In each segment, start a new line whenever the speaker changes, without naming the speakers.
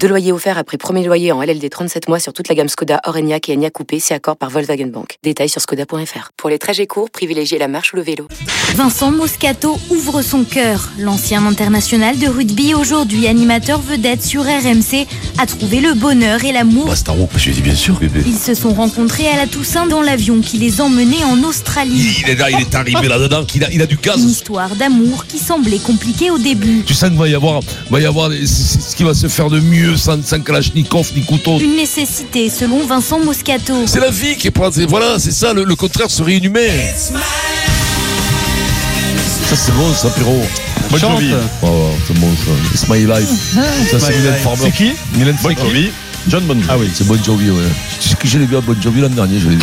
Deux loyers offerts après premier loyer en LLD 37 mois sur toute la gamme Skoda, Orenia et Enya Coupé, si accord par Volkswagen Bank. Détails sur skoda.fr. Pour les trajets courts, privilégiez la marche ou le vélo.
Vincent Moscato ouvre son cœur. L'ancien international de rugby, aujourd'hui animateur vedette sur RMC, a trouvé le bonheur et l'amour.
Bah, Starro, je lui ai dit bien sûr, bébé.
Ils se sont rencontrés à la Toussaint dans l'avion qui les emmenait en Australie.
Il est là, il est arrivé là-dedans, qu'il a- il a du gaz.
Une histoire d'amour qui semblait compliquée au début.
Tu sens qu'il va y avoir, va y avoir des- c'est- c'est ce qui va se faire de mieux sans, sans Kalachnikov ni couteau.
Une nécessité selon Vincent Moscato.
C'est la vie qui est prête. Voilà, c'est ça, le, le contraire serait inhumain. Ça, c'est bon, ça, Pierrot. Bon
Chante.
Jovi. Oh, c'est bon, ça. It's my life. Ça, c'est Mylène Farmer.
C'est qui
Mylène
Bon
Farmer.
Jovi. John Bon Jovi.
Ah oui, c'est Bon Jovi, ouais. Tu sais que j'ai les gars Bon Jovi l'an dernier, je l'ai vu.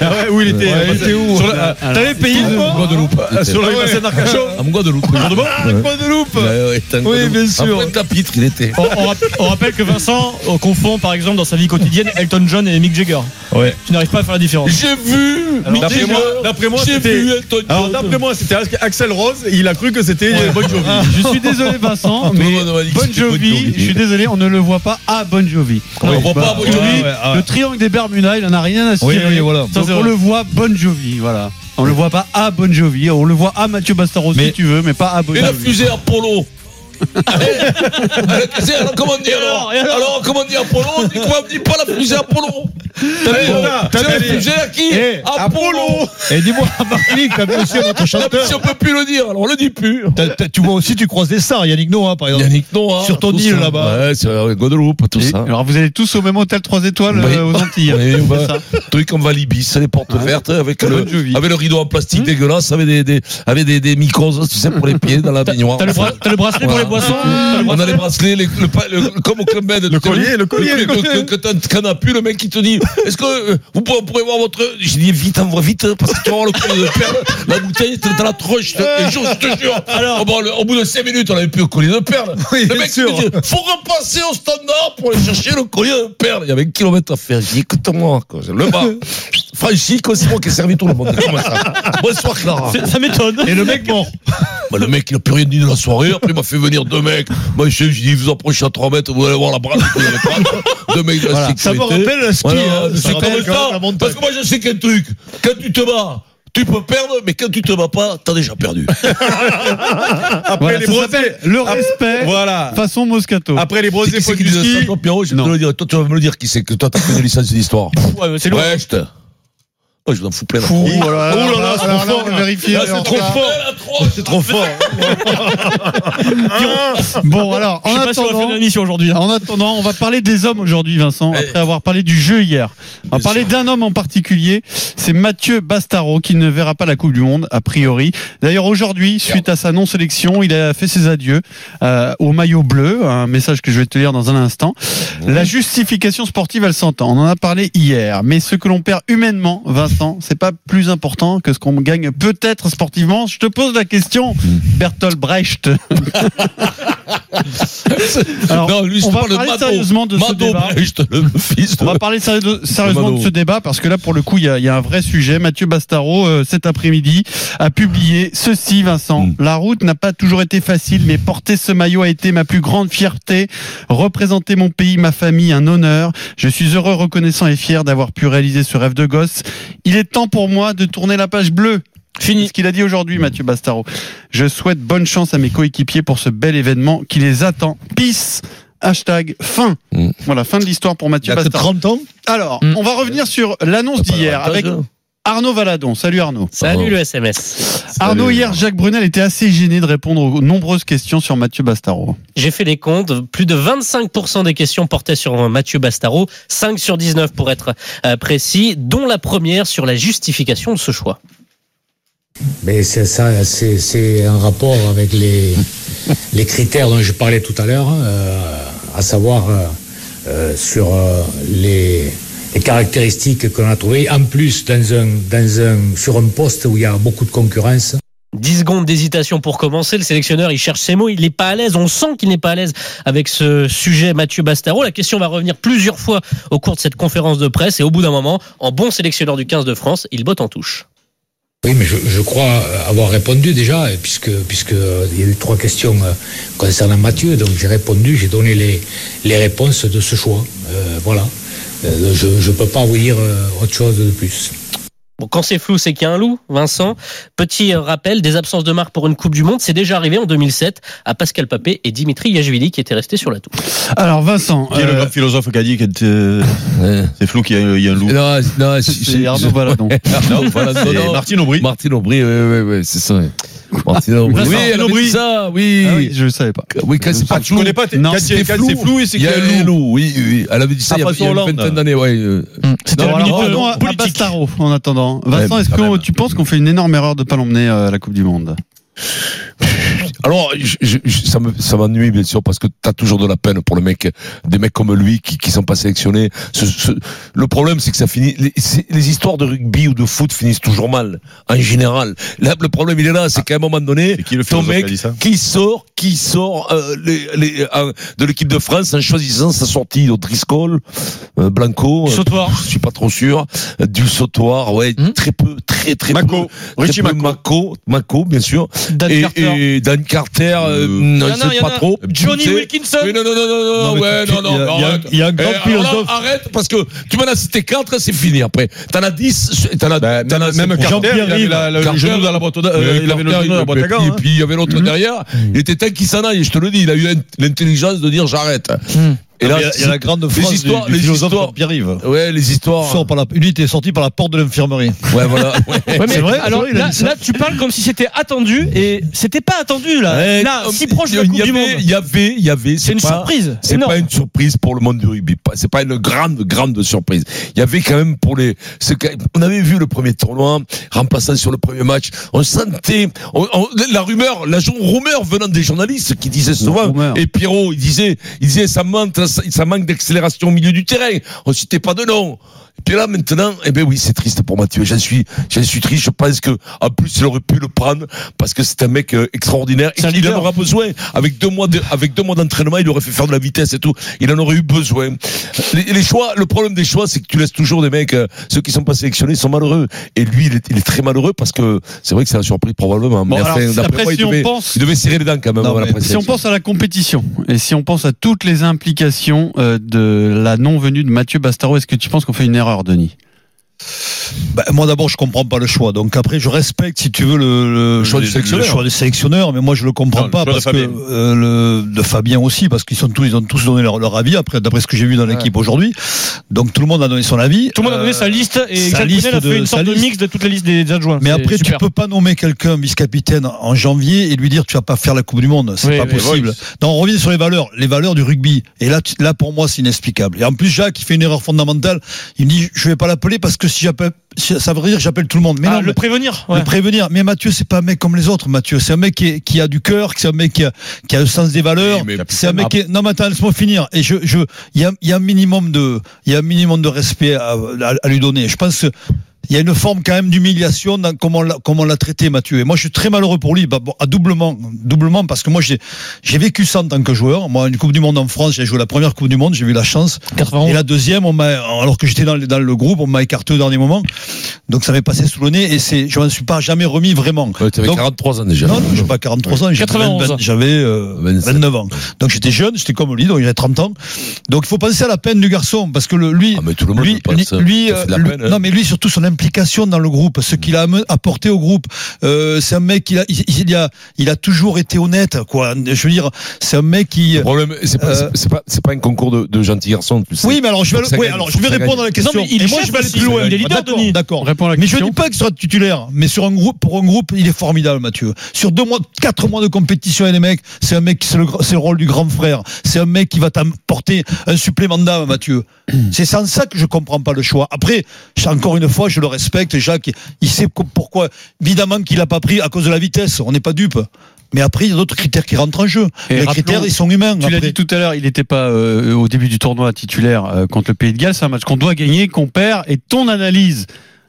Ah ouais, où il était
Ouais, il était où
Sur la- T'avais payé le
En
pot
Ah, Guadeloupe.
Ah,
Ah,
Sur la rue Marcel d'Arcachon
En Guadeloupe.
Ah,
Ouais.
Guadeloupe
Ouais, ouais, t'es en
Oui,
Guadeloupe.
bien sûr. Oh,
Après le tapitre, il était.
On, on rap- on rappelle que Vincent on confond par exemple dans sa vie quotidienne Elton John et Mick Jagger.
Ouais.
Tu n'arrives pas à faire la différence.
J'ai vu
Alors,
Mick
D'après moi,
Jagger.
d'après moi,
J'ai
c'était-
vu Elton John.
Alors d'après moi, c'était Axel Rose et il a cru que c'était
Ouais.
Bon Jovi.
Ah, Je suis désolé Vincent,
Tout le
mais
monde m'a dit que
Bon
c'était Bon Jovi.
Jovi, je suis désolé, on ne le voit pas à Bon Jovi.
On le voit pas à Bon
lui,
Jovi,
ouais, ouais.
Le triangle des Bermudas, il en a rien à
Oui,
cirer.
oui, voilà.
Donc, on le voit Bon Jovi, voilà. On le voit pas à Bon Jovi, on le voit à Mathieu Bastaro si tu veux, mais pas à Bon
Et la
Jovi.
fusée Apollo Allez, alors comment dire alors
Et alors
Alors comment dire Apollo Tu ne dis pas la fusée Apollo
Allez, voilà,
C'est la
allez.
fusée à qui
Eh,
Apollo
Et dis-moi, Marc-Luc, t'as aussi notre
Ah, mais Si on peut plus le dire, alors on le dit plus
Tu vois aussi, tu croises des stars, Yannick Noah par
Yannick Noah
Sur ton
tout
île,
ça.
là-bas.
Ouais, c'est euh, Guadeloupe, tout
Et-
ça.
Alors vous allez tous au même hôtel 3 étoiles
Oui.
euh, aux Antilles.
Oui,
C'est
bah,
ça.
Truc comme Valibis, hein, les portes vertes avec
Bon
le,
Jovi.
avec le rideau en plastique
Mmh.
dégueulasse, avec des, des, avec des, des mycoses, tu sais, pour les pieds dans la baignoire.
T'as le, bra- t'as le bracelet pour
Voilà.
les boissons T'as le
On a
bracelet
les bracelets, les- le pa- le- comme au Club Med. tu sais, Le
collier, le collier, le
que-
collier.
Que, que t'as- que t'en as plus, le mec qui te dit Est-ce que euh, vous pourrez, pourrez voir votre. J'ai dit Vite, envoie vite, hein, parce que tu vas voir le collier de perles. La bouteille était dans la troche. je te- Et je je te jure. Oh, bon, le- au bout de 5 minutes, on avait plus le collier de perles.
Oui,
le
bien
mec
sûr.
me dit Faut repasser au standard pour aller chercher le collier de perles. Il y avait un kilomètre à faire. J'ai dit Écoute-moi, quoi. le bas. Franchi, c'est moi qui ai servi tout le monde. Comment ça Bonsoir, Clara.
C'est- Ça m'étonne. Et le mec mort.
Bah, le mec, il a plus rien dit de la soirée. Après, il m'a fait venir deux mecs. Moi, je j'ai dit, vous approchez à 3 mètres, vous allez voir la brasse. que vous avez pas. Deux mecs de la sécurité.
Ça me rappelle le ski.
Voilà,
hein. Ça
c'est
me rappelle
comme
quand même
ça.
la montagne.
Parce que moi, je sais qu'un truc. Quand tu te bats, tu peux perdre, mais quand tu te bats pas, t'as déjà perdu.
Après les
ça
brosés.
s'appelle le respect
Voilà.
façon Moscato.
Après les
C'est
brosés,
qui c'est
faut
qui
du
dit ça,
ski.
toi, Pierrot Je vais
Non.
te le dire. Toi, tu vas me le dire qui c'est que toi, t'as fait une licence d'histoire.
Ouais, c'est lourd.
Wecht. Oh, je vous en fous plein la
Ouh
tronche.
Oh
là
là là,
là,
c'est
là,
trop
là,
fort,
on va
là.
vérifier.
Là,
Alors,
c'est trop
là,
fort. C'est trop fort.
Bon alors, Ah, Je en sais pas si on va attendant, faire une émission aujourd'hui. hein. En attendant, on va parler des hommes aujourd'hui, Vincent.
Eh.
Après avoir parlé du jeu hier, on va
Bien
parler
sûr.
d'un homme en particulier. C'est Mathieu Bastaro qui ne verra pas la Coupe du Monde a priori. D'ailleurs aujourd'hui, suite à sa non sélection, il a fait ses adieux euh, au maillot bleu. Un message que je vais te lire dans un instant. La justification sportive, elle s'entend. On en a parlé hier. Mais ce que l'on perd humainement, Vincent, c'est pas plus important que ce qu'on gagne peut-être sportivement. Je te pose la question, Bertolt Brecht. Alors,
Non, lui, je
on
te
va
parle de
parler
Mado.
sérieusement de ce
Mado
débat. Bah,
Brecht, le fils
On
de
va parler sérieux- sérieusement de ce débat parce que là, pour le coup, il y a, il y a un vrai sujet. Mathieu Bastaro, euh, cet après-midi, a publié ceci, Vincent.
Mm.
La route n'a pas toujours été facile, mais porter ce maillot a été ma plus grande fierté. Représenter mon pays, ma famille, un honneur. Je suis heureux, reconnaissant et fier d'avoir pu réaliser ce rêve de gosse. Il est temps pour moi de tourner la page bleue. Fini. Ce qu'il a dit aujourd'hui, Mathieu Bastaro. Je souhaite bonne chance à mes coéquipiers pour ce bel événement qui les attend. Peace. Hashtag fin.
Mm.
Voilà, fin de l'histoire pour
Il
Mathieu
a que
Bastaro.
30 ans.
Alors,
Mm.
on va revenir sur l'annonce d'hier avec Arnaud Valadon. Salut Arnaud.
Salut le SMS.
Arnaud, hier, Jacques Brunel était assez gêné de répondre aux nombreuses questions sur Mathieu Bastaro.
J'ai fait les comptes. Plus de 25% des questions portaient sur euh, Mathieu Bastaro. 5 sur 19 pour être euh, précis, dont la première sur la justification de ce choix.
Mais c'est ça, c'est- c'est un rapport avec les, les critères dont je parlais tout à l'heure, euh, à savoir euh, euh, sur euh, les, les caractéristiques qu'on a trouvées, en plus dans un, dans un, sur un poste où il y a beaucoup de concurrence.
10 secondes d'hésitation pour commencer. Le sélectionneur, il cherche ses mots. Il n'est pas à l'aise. On sent qu'il n'est pas à l'aise avec ce sujet, Mathieu Bastaro. La question va revenir plusieurs fois au cours de cette conférence de presse. Et au bout d'un moment, en bon sélectionneur du 15 de France, il botte en touche.
Oui, mais je, je crois avoir répondu déjà, et puisque, puisque euh, il y a eu trois questions euh, concernant Mathieu, donc j'ai répondu, j'ai donné les, les réponses de ce choix. Euh, voilà. Euh, je ne peux pas vous dire euh, autre chose de plus.
Bon, quand c'est flou, c'est qu'il y a un loup, Vincent. Petit euh, rappel des absences de marque pour une Coupe du Monde. C'est déjà arrivé en 2007 à Pascal Papé et Dimitri Yajvili qui étaient restés sur la tour.
Alors Vincent,
Qui est le
euh,
grand philosophe qui a dit que euh, c'est flou qu'il y, a- il y a un loup
Non, non,
c'est Arnaud Valadon.
Non, voilà, non,
C'est
non.
Martine Aubry.
Martine Aubry, oui, oui, oui, c'est ça. Martine Aubry.
Vincent
Oui, elle avait
Aubry.
dit ça, oui.
Ah oui, Ah, je le savais pas.
Oui, quand c'est pas
Je
flou,
connais pas, t'es-
Non,
quand
c'était
c'est quand
flou.
c'est flou, et c'est
il y
qu'il
a un loup, oui, oui. Elle avait dit ça il y a,
Après,
il y a
sur
une
Hollande.
vingtaine d'années, ouais. euh.
C'était
Non,
la
alors,
minute
oh,
revenons
non,
à
politique.
Bastaro en attendant. Vincent,
mais
est-ce
quand
que
même.
tu penses qu'on fait une énorme erreur de pas l'emmener euh, à la Coupe du Monde
Alors, je- je- je- ça me- ça m'ennuie, bien sûr, parce que t'as toujours de la peine pour le mec, des mecs comme lui qui, qui sont pas sélectionnés. Ce- ce- le problème, c'est que ça finit, les, c'est- les histoires de rugby ou de foot finissent toujours mal, en général. Là, le problème, il est là, c'est qu'à un moment donné,
C'est qui le
ton
philosophe qui
mec,
a dit ça
qui sort, qui sort euh, les, les- euh, de l'équipe de France en choisissant sa sortie au Driscoll, euh, Blanco, euh,
Sautoir.
je suis pas trop sûr, euh, du Sautoir, ouais,
Hmm.
très peu, très très
Mako,
peu,
Richie
très peu
Mako.
Mako, Mako, bien sûr,
Dan
et,
Carter.
et Dan Carter, euh,
Euh,
non, je
non, il
sais
y en
pas
a-
trop.
Johnny
Tu sais-
Wilkinson.
Oui, non, non, non, non, non,
Non, mais
ouais,
tu-
non, non,
il y a-
non,
il y a-
arrête.
il y a un grand
Eh, alors là,
philosophe.
Arrête, parce que tu m'en as cité 4, c'est fini après. T'en as 10, t'en as,
Bah,
t'en as
même même
c'est-
Carter, il avait
Jean-Pierre
la- le
Carter,
genou dans la boîte aux dents, euh,
mais
il avait le
Carter,
genou dans la
il-
boîte à
et
gants,
puis- Et
hein.
puis il y avait l'autre derrière, il était temps qu'il s'en aille, je te le dis, il a eu l'intelligence de dire j'arrête. Et là,
il y a, il y a la grande phrase du-
histoires-
du,
les
philosophe
histoires-
Pierre-Yves.
ouais, les histoires.
Sort par la, lui, il était sorti par la porte de l'infirmerie.
Ouais, voilà. ouais.
Ouais, mais
C'est vrai,
alors
c'est vrai, il a
là,
dit ça.
là, tu parles comme si c'était attendu et c'était pas attendu là.
Ouais,
là,
comme-
si proche de la
il y
Coupe du
avait-
Monde.
Il y avait, il y avait.
C'est une
pas-
surprise.
C'est
énorme.
pas une surprise pour le monde du rugby. Pas- C'est pas une grande, grande surprise. Il y avait quand même pour les. c'est quand- On avait vu le premier tournoi, remplaçant sur le premier match. On sentait on- on- la rumeur, la jour- rumeur venant des journalistes qui disaient souvent.
rumeur.
Et Pierrot, il disait, il disait, ça manque, ça manque d'accélération au milieu du terrain. On citait pas de nom. Et puis là, maintenant, eh ben oui, c'est triste pour Mathieu. J'en suis, j'en suis triste. Je pense que, en plus, il aurait pu le prendre parce que c'est un mec euh, extraordinaire et
C'est un
qu'il en
leader.
aura besoin. Avec deux mois de- avec deux mois d'entraînement, il aurait fait faire de la vitesse et tout. Il en aurait eu besoin. Les, les choix, le problème des choix, c'est que tu laisses toujours des mecs, euh, ceux qui sont pas sélectionnés sont malheureux. Et lui, il est, il est très malheureux parce que c'est vrai que c'est la surprise probablement. Mais
Bon, alors,
enfin,
si-
d'après
après,
moi, il
si on
devait,
pense-
il devait serrer les dents quand même.
Non,
avant la
mais si
Si on
présélection.
pense à la compétition et si on pense à toutes les implications euh, de la non-venue de Mathieu Bastaro, est-ce que tu penses qu'on fait une erreur, Denis
Bah, moi d'abord je comprends pas le choix. Donc après je respecte si tu veux le,
Le choix du sélectionneur.
choix du sélectionneur, mais moi je le comprends
Non, le
pas
choix de
parce que
Fabien.
euh, le, de Fabien aussi parce qu'ils sont tous ils ont tous donné leur, leur avis après d'après ce que j'ai vu dans l'équipe aujourd'hui. Donc tout le monde a donné son avis.
Tout le monde a donné
Euh,
sa liste et
sa
Xavier
liste
Pinel a
de-
fait une
sa
sorte de
liste.
mix de toute la liste des adjoints.
Mais
C'est
après, tu
super.
peux pas nommer quelqu'un vice-capitaine en janvier et lui dire tu vas pas faire la Coupe du Monde. C'est
Oui,
pas
oui,
possible. Non, on revient sur les valeurs, les valeurs du rugby. Et là, tu- là pour moi, c'est inexplicable. Et en plus, Jacques, il fait une erreur fondamentale. Il me dit je vais pas l'appeler parce que si j'appelle, si- ça veut dire que j'appelle tout le monde. Mais
Ah,
non,
le
mais-
prévenir.
le
ouais.
prévenir. Mais Mathieu, c'est pas un mec comme les autres. Mathieu, c'est un mec qui, est- qui a du cœur, c'est un mec qui a, qui a le sens des valeurs.
Oui, mais ah,
c'est un
capitaine,
mec qui est- non, mais attends, laisse-moi finir. Et je, je, il y a, il y a un minimum de, il y a un minimum de respect à, à- à lui donner. Je pense. que Il y a une forme quand même d'humiliation dans comment on l'a- comment on l'a traité Mathieu. Et moi je suis très malheureux pour lui, bah, bon, à doublement, doublement parce que moi j'ai j'ai vécu ça en tant que joueur. Moi une Coupe du Monde en France, j'ai joué la première Coupe du Monde, j'ai eu la chance.
91.
Et la deuxième, on m'a, alors que j'étais dans, le- dans le groupe, on m'a écarté au dernier moment. Donc ça m'est passé sous le nez et c'est, je m'en suis pas jamais remis vraiment.
Ouais, t'avais
Donc-
43 ans déjà. Ah,
Non, non, j'ai pas 43 ans, j'avais
91.
20 j'avais euh,
27.
29 ans. Donc j'étais jeune, j'étais comme lui, donc il avait 30 ans. Donc il faut penser à la peine du garçon parce que le, lui,
Ah, mais tout le monde
lui,
le pense,
lui,
ça.
lui,
Ça fait de la
euh, lui-
peine, hein.
non mais lui surtout son implication dans le groupe, ce qu'il a ame- apporté au groupe. Euh, c'est un mec qui a, il, il a, il a toujours été honnête quoi. Je veux dire, c'est un mec qui.
Le problème, c'est pas,
Euh,
c'est pas, c'est pas un concours de, de gentils garçons. tu sais.
Oui, mais alors je vais,
Faut que ça
oui,
gagne,
alors
faut
je vais
que ça
répondre à la question.
Non, mais il
et moi
cherche
je vais aller
aussi,
plus loin.
il est leader,
D'accord,
Denis.
D'accord.
Réponds à la
Mais je
question.
dis pas qu'il sera titulaire, mais sur un groupe, pour un groupe, il est formidable, Mathieu. Sur deux mois, quatre mois de compétition, et les mecs, c'est un mec qui c'est le, gr- c'est le rôle du grand frère. C'est un mec qui va t'apporter un supplément d'âme, Mathieu. C'est sans ça que je comprends pas le choix. Après, j'ai- encore une fois, je le respecte. Jacques, il sait co- pourquoi. Évidemment qu'il a pas pris à cause de la vitesse. On n'est pas dupe. Mais après, il y a d'autres critères qui rentrent en jeu.
Et
les
rappelons-
critères, ils sont humains.
Tu l'as
après.
dit tout à l'heure, il n'était pas euh, au début du tournoi titulaire euh, contre le Pays de Galles. C'est un match qu'on doit gagner, qu'on perd. Et ton analyse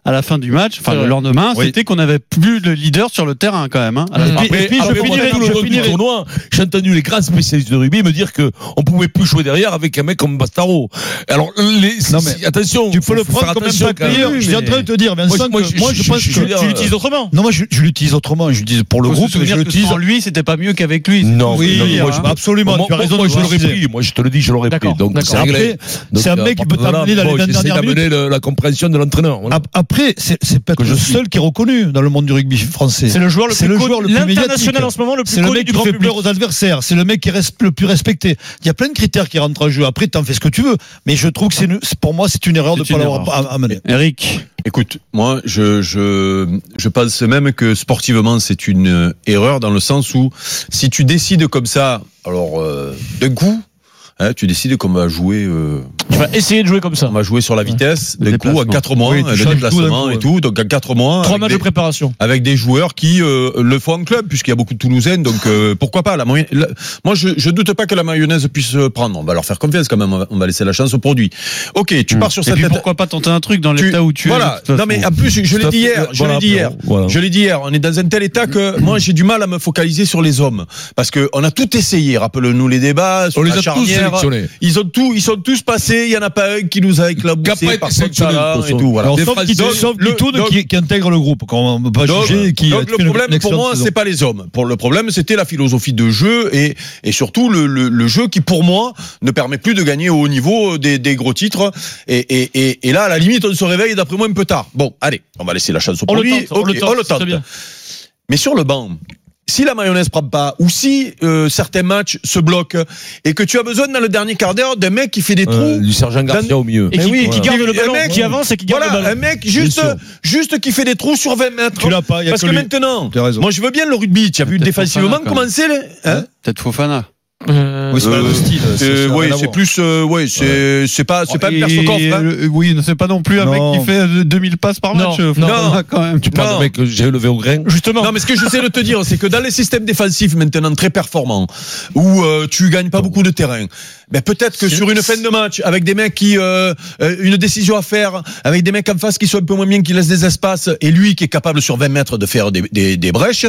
à la fin du match, enfin
C'est
le
vrai.
lendemain,
Oui.
c'était qu'on avait plus le leader sur le terrain quand même. hein,
Mm.
à la fin.
Ah,
Mais
Et puis, je
après,
finirai-
pendant tout
je
le long du
finirai-
tournoi, j'ai entendu les grands spécialistes de rugby me dire que on pouvait plus jouer derrière avec un mec comme Bastaro. Alors, les,
Non, mais
attention,
Tu peux le
faut faire
prendre comme un
attention quand même.
papier. Je suis en train de te dire, Vincent,
Moi,
que
moi,
moi,
je-
je,
je-
pense
je- je-
que.
je-
Tu l'utilises autrement.
Non, moi, je, je l'utilise autrement. Je l'utilise pour le
Faut se
groupe, mais je
souvenir que
l'utilise.
sans lui, c'était pas mieux qu'avec lui.
Non,
Oui,
non, mais moi,
hein.
je-
absolument.
Moi,
tu as raison
moi,
de
je
le
l'aurais
préciser.
pris. Moi, je te le dis, je l'aurais pris.
D'accord,
Donc,
d'accord.
c'est réglé.
Après, c'est un mec qui peut t'amener dans les 20 dernières minutes.
amener la compréhension de l'entraîneur. voilà.
Ap- Après, c'est c'est peut-être
Que je
le
suis.
seul qui est reconnu dans le monde du rugby français.
C'est le joueur le
C'est
plus
le joueur
connu,
le plus médiatique.
l'international en ce moment le plus
C'est le
connu
mec
du
qui
grand
fait
public.
peur aux adversaires. C'est le mec qui reste le plus respecté. Il y a plein de critères qui rentrent en jeu. Après, t'en fais ce que tu veux. Mais je trouve que c'est une- c'est- pour moi, c'est une erreur de ne
C'est
pas
une
l'avoir am- amené.
Eric,
Écoute, moi, je, je, je pense même que sportivement, c'est une euh, erreur dans le sens où si tu décides comme ça, alors euh, d'un coup, hein, tu décides qu'on va jouer, euh,
Tu vas essayer de jouer comme ça.
on va jouer sur la vitesse,
Le
d'un coup, à
déplacement.
4 mois,
Oui, tu
euh, le
changes tout
déplacement
d'un
et
coup,
tout, donc à 4 mois.
Trois
avec
matchs
des-
de préparation.
avec des joueurs qui euh, le font en club, puisqu'il y a beaucoup de Toulousaines, donc euh, pourquoi pas la, moyen- la- Moi, je, je doute pas que la mayonnaise puisse euh, prendre. On va leur faire confiance quand même. on va- On va laisser la chance au produit. Ok, tu pars sur
Hmm. Mm. et
cette
puis
tête.
pourquoi pas tenter un truc dans
tu-
l'état où tu
voilà.
es de toute
non mais
façon.
en plus, je, je l'ai dit hier. Je l'ai dit hier.
Voilà.
Je l'ai dit hier, on est dans un tel état que moi j'ai du mal à me focaliser sur les hommes parce que on a tout essayé. Rappelons-nous les débats sur
On les
la
a tous
charnière.
sélectionnés.
ils ont tout, ils sont tous passés. Il y en a pas un qui nous a
Qui a pas
éclaboussé
été
par son
sélectionné,
talent
de
et
toute
tout. Voilà.
Alors,
Des
sauf
phrases
qui,
donc,
sauf
le-
Guitoun
donc-
qui, qui intègre le groupe, qu'on va pas
Donc,
juger. et Qui
donc
fait
le
une-
problème
une
pour
excellente
moi,
saison.
c'est pas les hommes. Pour le problème, c'était la philosophie de jeu et, et surtout le, le, le jeu qui, pour moi, ne permet plus de gagner au haut niveau des, des gros titres. Et, et, et, et là, à la limite, on se réveille d'après moi un peu tard. Bon, allez, on va laisser la chance au
On le
produit.
tente, on
Ok,
le tente,
on le
c'est très bien.
Mais sur le banc. Si la mayonnaise prend pas, ou si euh, certains matchs se bloquent, et que tu as besoin dans le dernier quart d'heure d'un mec qui fait des trous,
Euh, Du sergent Garcia au milieu.
Et qui, et qui
voilà.
garde le
Et le
ballon,
mec,
qui avance et qui garde le
voilà, un
ballon.
mec juste,
Bien sûr.
juste qui fait des trous sur 20 mètres.
Tu l'as pas, il y a
Parce
que
que
lui.
maintenant,
T'as raison.
moi je veux bien le rugby, tu as vu
Peut-être
défensivement
Fofana, quand même.
commencer les. hein
Peut-être Fofana.
Euh,
Oui, c'est pas
Euh,
le style.
Euh,
ça a
ouais,
rien à
c'est
voir.
plus, euh, ouais, c'est c'est pas, c'est pas hein.
Et-
le perso coffre.
le- Oui, c'est pas non plus un
Non.
mec qui fait euh, 2000 passes par
Non,
match. euh,
non.
Fofana, quand même.
Tu parles de mec que j'ai levé au grain.
Justement.
Non, mais ce que j'essaie de te dire, c'est que dans les systèmes défensifs maintenant très performants, où euh, tu gagnes pas beaucoup de terrain, ben peut-être que sur une fin de match, avec des mecs qui euh, euh, une décision à faire, avec des mecs en face qui sont un peu moins bien, qui laissent des espaces, et lui qui est capable sur 20 mètres de faire des, des, des brèches,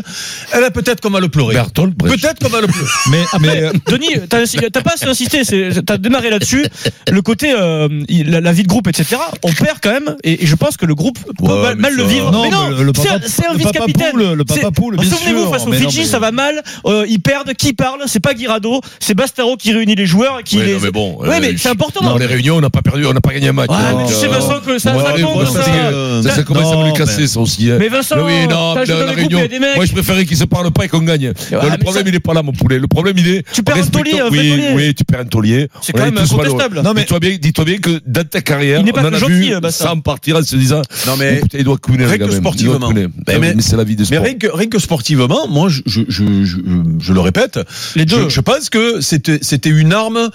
eh ben peut-être qu'on va le pleurer.
Berthold, bref.
Peut-être qu'on va le pleurer.
Mais, mais, euh,
Denis, t'as t'as pas assez insisté, c'est- t'as démarré là-dessus. Le côté, euh, il- la, la vie de groupe, etc. On perd quand même, et, et je pense que le groupe peut
Ouais,
mal,
mais
mal
ça
le
va.
vivre.
Non,
mais non,
mais le- le
c'est un-
papa-
c'est un
le papa
vice-capitaine.
poule, le papa
C'est-
poule, bien
Souvenez-vous,
sûr.
face aux
Mais non,
Fidji,
mais-
ça va mal. euh, ils perdent, qui parle C'est pas Guirado, c'est Bastaro qui réunit les joueurs, et qui
Ouais,
les.
non, mais bon.
Ouais,
euh,
mais c'est important. hein.
Dans les réunions, on n'a pas perdu, on n'a pas gagné un match.
Ouais, mais
Donc,
tu sais,
euh,
Vincent, que ça,
Ouais,
ça
mais
tombe,
bon,
ça.
c'est, euh, Ça, ça commence à me
non,
le casser, ça aussi. hein.
Mais Vincent,
oui, non,
t'as
mais
joué
dans
dans
la
le groupe, il y
réunion.
a des mecs.
Moi, je préférais qu'ils se parlent pas et qu'on gagne. Donc,
mais
le problème,
ça-
il est pas là, mon poulet. Le problème, il est.
Tu perds un
Respectons-
taulier, hein, un vrai
Oui,
taulier.
oui, tu perds un taulier.
C'est
On
quand
est
même
tous malheureux.
incontestable.
Non, mais-
Dis-toi bien, dis-toi bien que dans ta carrière,
Il n'est pas
on en
que
a
gentil, euh,
vu
Bastien.
sans partir en se disant,
Non
oh,
mais
putain, il doit couler,
Rien
quand
que
même. Il doit
sportivement.
couler.
Mais-
Mais c'est la vie des
Mais
sports.
rien que, rien que sportivement, moi, je, je, je, je, je le répète,
Les deux.
je, je pense que c'était c'était une arme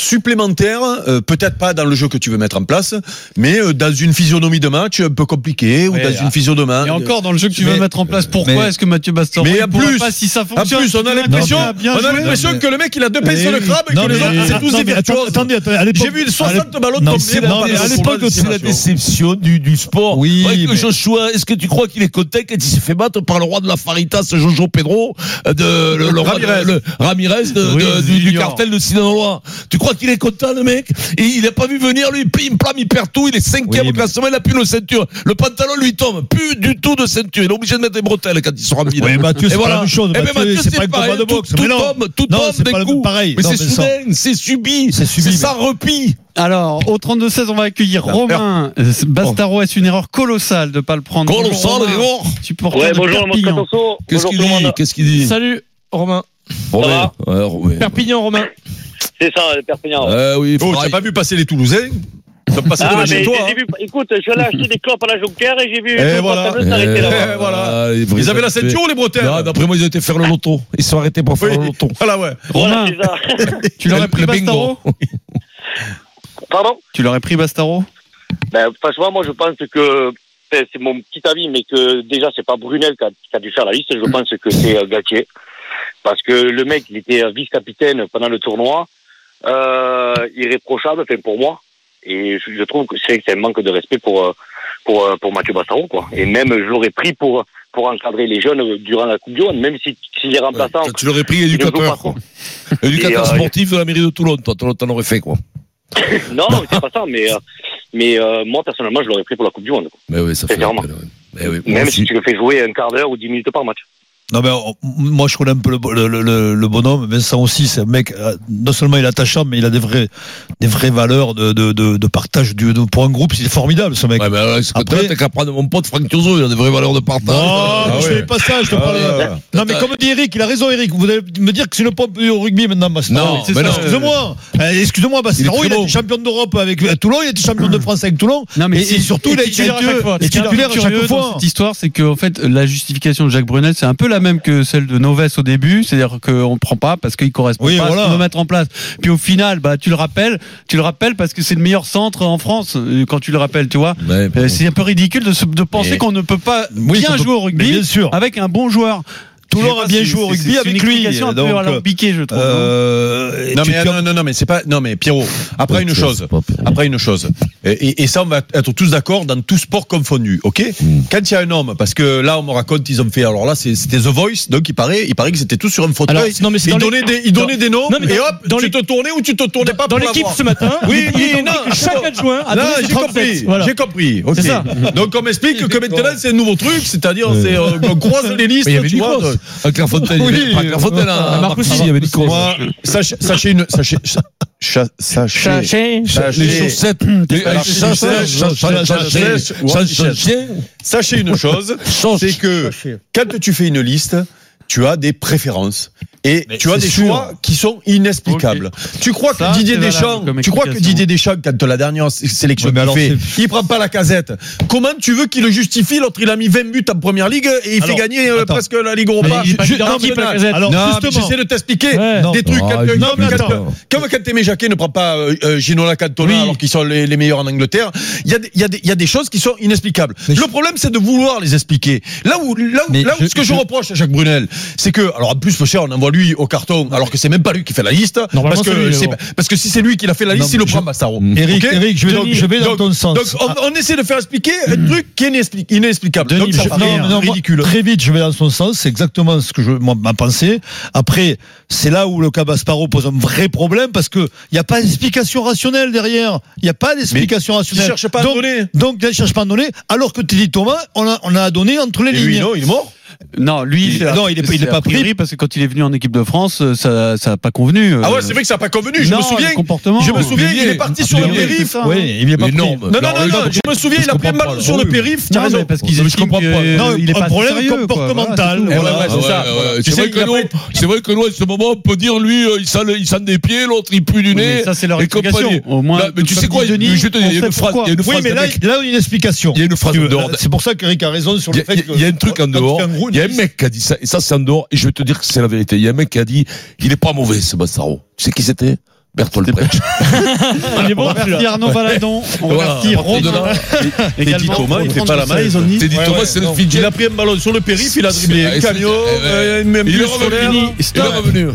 supplémentaire, euh, peut-être pas dans le jeu que tu veux mettre en place, mais euh, dans une physionomie de match un peu compliquée, ou
Ouais,
dans une physionomie...
euh, Et encore dans le jeu que tu vas
Mais-
mettre en place, pourquoi
mais-
est-ce que Mathieu Bastard
Mais en plus-
pas si ça
En
fonctionne
plus, on a l'impression
Non, mais- bien
on a
joué.
l'impression
Non, mais-
que le mec, il a deux pinces sur le
Eh
crabe et
non,
que les
mais-
autres, c'est tous
non,
des
mais attends-
virtuoses.
attendez, attendez, à l'époque-
J'ai vu
à l'époque-
60 ballons
Non,
tomber
c'est-
dans
non,
la
mais à
partie.
l'époque,
c'est la déception du, du sport.
Oui,
Ouais, que
mais-
Joshua, est-ce que tu crois qu'il est content quand il s'est fait battre par le roi de la Faritas, Jojo Pedro, euh, de, le, le roi de-
Ramirez.
le- Ramirez de-
Oui,
de- du, du
Junior.
cartel de Sinaloa Tu crois qu'il est content, le mec Et Il n'a pas vu venir, lui, pim, plam, il perd tout, il est cinquième
Oui,
au classement, il n'a plus de ceinture. Le pantalon lui tombe, plus du tout de ceinture. Il est obligé de mettre des bretelles quand il sera mis.
Oui, Mathieu, c'est pas la même chose.
Et Eh ben,
Mathieu, c'est pas un combat de boxe.
Tout, tout
Mais non.
tombe, tout
Non,
tombe
c'est pas
d'un
le-
coup.
pareil.
Mais
Non,
c'est
mais ça-
soudain, c'est subi,
C'est subi,
c'est sans repli.
Alors, au 32-16, on va accueillir
La
Romain. Euh, Bastaro est une erreur colossale de ne pas le prendre.
Gros, on sent
Bonjour,
le
Romain,
gros.
supporter
Ouais,
de
bonjour, mon
Perpignan.
Catanso.
Qu'est-ce
Bonjour
qu'il
tout le
dit
monde.
Qu'est-ce qu'il dit
Salut, Romain.
Romain. Ouais, Romain.
Perpignan, Romain.
C'est ça, le Perpignan.
Ah oui,
Oh,
faudra-
t'as pas vu passer les Toulousains Ils sont passés devant
Ah,
chez
mais
toi.
j'ai
hein.
vu, écoute, je l'ai acheté des clopes à la Jonquière et j'ai vu
Et
tout
voilà.
le s'arrêter là-bas.
Eh, voilà. Ils avaient la ceinture ou les bretelles
Non, d'après moi, ils ont été faire le loto. Ils sont arrêtés pour faire
Oui.
le loto.
Voilà, ouais.
Voilà,
Romain,
c'est ça.
tu l'aurais
Le-
pris
le
Bastaro
Pardon
Tu l'aurais pris Bastaro
ben, Franchement, moi, je pense que ben, c'est mon petit avis, mais que déjà, c'est pas Brunel qui a, qui a dû faire la liste. Je pense que c'est euh, Galtier.
Parce que le mec, il était euh, vice-capitaine pendant le tournoi, euh, irréprochable, enfin pour moi. Et je je trouve que c'est c'est un manque de respect pour, euh, pour, euh, pour Mathieu Bastaro, quoi. Et même, je l'aurais pris pour, pour encadrer les jeunes euh, durant la Coupe du Monde, même si, s'il est remplaçant.
tu l'aurais pris
il ne joue
éducateur,
pas
quoi.
trop.
Éducateur
Et, euh,
sportif de la mairie de Toulon, toi, t'en t'en aurais fait, quoi.
Non, non, c'est pas ça, mais, euh, mais euh, moi, personnellement, je l'aurais pris pour la Coupe du Monde. quoi.
Mais oui, ça fait.
Clairement.
Mais oui, moi
Même
aussi.
si tu le fais jouer un quart d'heure ou dix minutes par match.
Non mais on- moi je connais un peu le, bo- le, le, le bonhomme. Vincent aussi, c'est un mec. euh, Non seulement il est attachant, mais il a des vraies des vraies valeurs de de, de, de partage du, de- pour un groupe. C'est formidable ce mec.
Ouais, mais euh, alors, ce
Après-
côté-là, t'as qu'à prendre mon pote Franck Tiozo, il a des vraies valeurs de partage. Ah
Non,
Ah
je fais pas ça. Je te parle. Non mais
Attends.
comme dit Eric, il a raison Eric. Vous allez me dire que c'est le pompe au rugby maintenant, Bastaro.
Non,
Oui, c'est
mais
ça.
non.
Excuse-moi, Euh, excuse-moi, Bastaro.
Il est très
Il, a
bon.
été champion d'Europe avec euh, Toulon, il a été champion
Mm.
de France avec Toulon.
Non, mais
et,
si-
et surtout,
et
il a été
titulaire à chaque fois.
et
Ce qui est un peu
titulaire à chaque
curieux dans
fois.
Cette histoire, c'est que en fait, la justification de Jacques Brunel, c'est un peu la même que celle de Novès au début, c'est-à-dire qu'on ne prend pas parce qu'il correspond
Oui,
pas à
voilà.
ce qu'on veut mettre en place. Puis au final, bah, tu le rappelles, tu le rappelles parce que c'est le meilleur centre en France euh, quand tu le rappelles, tu vois.
Ouais,
Euh,
bon.
C'est un peu ridicule de, se- de penser
Mais-
qu'on ne peut pas
Oui,
bien
qu'on peut-
jouer au
Mais bien
rugby
sûr.
avec un bon joueur.
Toulon
Je sais
a
pas
bien
si-
joué au
c'est-
rugby
c'est
avec
une
lui.
explication un peu
Donc,
alambiquée, je trouve.
euh,
Non
tu-
mais,
tu-
non, non, non, mais c'est pas. Non mais Pierrot. Après une chose. Après une chose. Et, et- et ça, on va être tous d'accord dans tout sport confondu, ok
Hmm.
Quand il y a un homme, parce que là, on me raconte, ils ont fait. Alors là, c'est- c'était The Voice, donc il paraît, il paraît que c'était tous sur un fauteuil.
Alors, non, mais c'est
ils
dans les-
donnaient des, ils donnaient des noms.
Non, mais
et
dans-
hop,
dans
tu
les-
te tournais ou tu te tournais pas
Dans
pour
l'équipe
l'avoir.
ce matin,
Oui,
il est
oui,
indiqué
non,
que chaque adjoint a
Non,
donné ses
j'ai
37.
compris.
Voilà.
J'ai compris. ok.
C'est ça.
Donc on m'explique que maintenant c'est un nouveau truc, c'est-à-dire c'est euh, on croise les listes.
Mais il y avait
tu vois,
Nikos.
de-
À Clairefontaine.
Oui.
il y avait- pas à Clairefontaine, hein. à
À
à
Marcoussis,
Marcoussis, Ah, il y avait Nikos.
Moi, sachez, sachez une, sachez, sa- cha- sachez,
Sachez.
sachez-
Les chaussettes. les-
Alors,
les chaussettes,
chaussettes,
chaussettes,
chaussettes,
chaussettes,
chaussettes.
chaussettes,
sachez une chose, c'est que quand tu fais une liste, tu as des préférences et tu as
c'est
des
sûr.
choix qui sont inexplicables. Tu crois que
Ça,
Didier
c'est valable
Deschamps,
comme
tu crois que
explication.
Didier Deschamps quand la dernière sé- sélection
Ouais, mais
qu'il
alors,
fait, il prend pas la casette. Comment tu veux qu'il le justifie L'autre il a mis 20 buts en première ligue et il
Alors,
fait gagner euh,
attends.
presque la Ligue Europa.
il est pas
Je-
leader
non,
d'équipe,
mais-
la casette.
Alors,
non, mais
justement.
j'essaie de t'expliquer
Ouais.
des trucs.
Ah,
quand-
il
non,
est
mais
pas
quand-
leader.
comme quand Aimé Jacquet ne prend pas euh, euh, Ginola Cantona alors qu'ils sont les, les meilleurs en Angleterre, il y, a des- il y, a des- il y a des choses qui sont inexplicables. le problème, c'est de vouloir les expliquer. Là où, là où,
Mais
là où
je-
ce que je,
je-
reproche à Jacques Brunel, c'est que, alors en plus, le cher, on envoie lui au carton, alors que c'est même pas lui qui fait la liste.
Normalement,
Parce que,
c'est lui, mais
c'est-
bon.
parce que si c'est lui qui l'a fait la
Non,
liste, il le
je-
prend, Bassaro.
Eric,
Ok
Eric, je vais, donc- je vais dans
donc-
ton sens.
donc, on, on essaie de faire expliquer un truc qui est inexpli- inexplicable.
Ah, Denis,
donc,
pour finir,
non,
non, moi,
ridicule.
Très vite, je vais dans son sens. C'est exactement ce que je moi, m'a pensé. Après, c'est là où le cas Basparo pose un vrai problème parce que il n'y a pas d'explication rationnelle derrière. Il n'y a pas d'explication
Tu
rationnelle.
cherches pas à
donc,
donner.
donc, il ne cherche pas à donner. Alors que Teddy Thomas, on a, on a à donner entre les
Et
lignes.
lui, non, il est mort.
Non, lui,
Il- non, il est pas- il est
c'est
pas
a priori parce que quand il est venu en équipe de France, euh, ça, ça a pas convenu. euh,
Ah ouais, c'est vrai que ça n'a pas convenu. Je
non,
me
le
souviens.
comportement. euh,
Je me souviens,
Olivier,
il est parti sur
Ah,
le
oui, c'est
périph.
ça,
Oui,
hein.
il vient pas pris.
Énorme.
Non, non, non, non, je me souviens, il a pris un ballon sur le périph. t'as
Non,
raison.
mais parce qu'ils
Non, mais
estiment
comprends
que-
pas.
Euh,
Non,
il est
un
pas
problème
sérieux, quoi.
comportable.
Voilà,
Eh ouais, ouais,
Ah
Voilà.
c'est ça. voilà.
C'est
Tu sais,
vrai,
il y
que
a
nous,
pas-
c'est vrai que nous, à ce moment, on peut dire lui, euh, il sent, le- il sent des pieds, l'autre, il pue du
Oui,
nez.
mais ça, c'est leur
et
explication.
compagnie.
Au moins,
Là, mais tu
comme
sais quoi,
dit Denis,
je te dis, il y
on
a une
sait
phrase, il y a une
Oui,
phrase
mais
de
là,
mec.
là, il y a une explication.
Il y a une phrase
Tu-
en dehors.
euh,
C'est pour ça qu'Eric a raison sur
Il y
le
a-
fait que.
il y a un truc en
quand tu
dehors.
fais un groupe,
Il y a un mec qui a dit ça, et ça c'est en dehors, et je vais te dire que c'est la vérité. Il y a un mec qui a dit, il est pas mauvais ce Bassaro. Tu sais qui c'était Bertolt Brecht.
Il est bon,
Merci
celui-là.
Arnaud Valadon. On
Voilà.
remercie
Par contre,
Romain.
là,
Teddy
également,
Thomas,
pour
il fait
prendre
pas la
son
main, ils ont dit.
Teddy
Ouais,
Thomas,
ouais,
c'est
non.
le fidget.
Il a pris un ballon sur le périph, il a dribblé
C'est-
un camion,
eh ouais.
euh, une même
Il est
bus
revenu.
scolaire.
Il est revenu.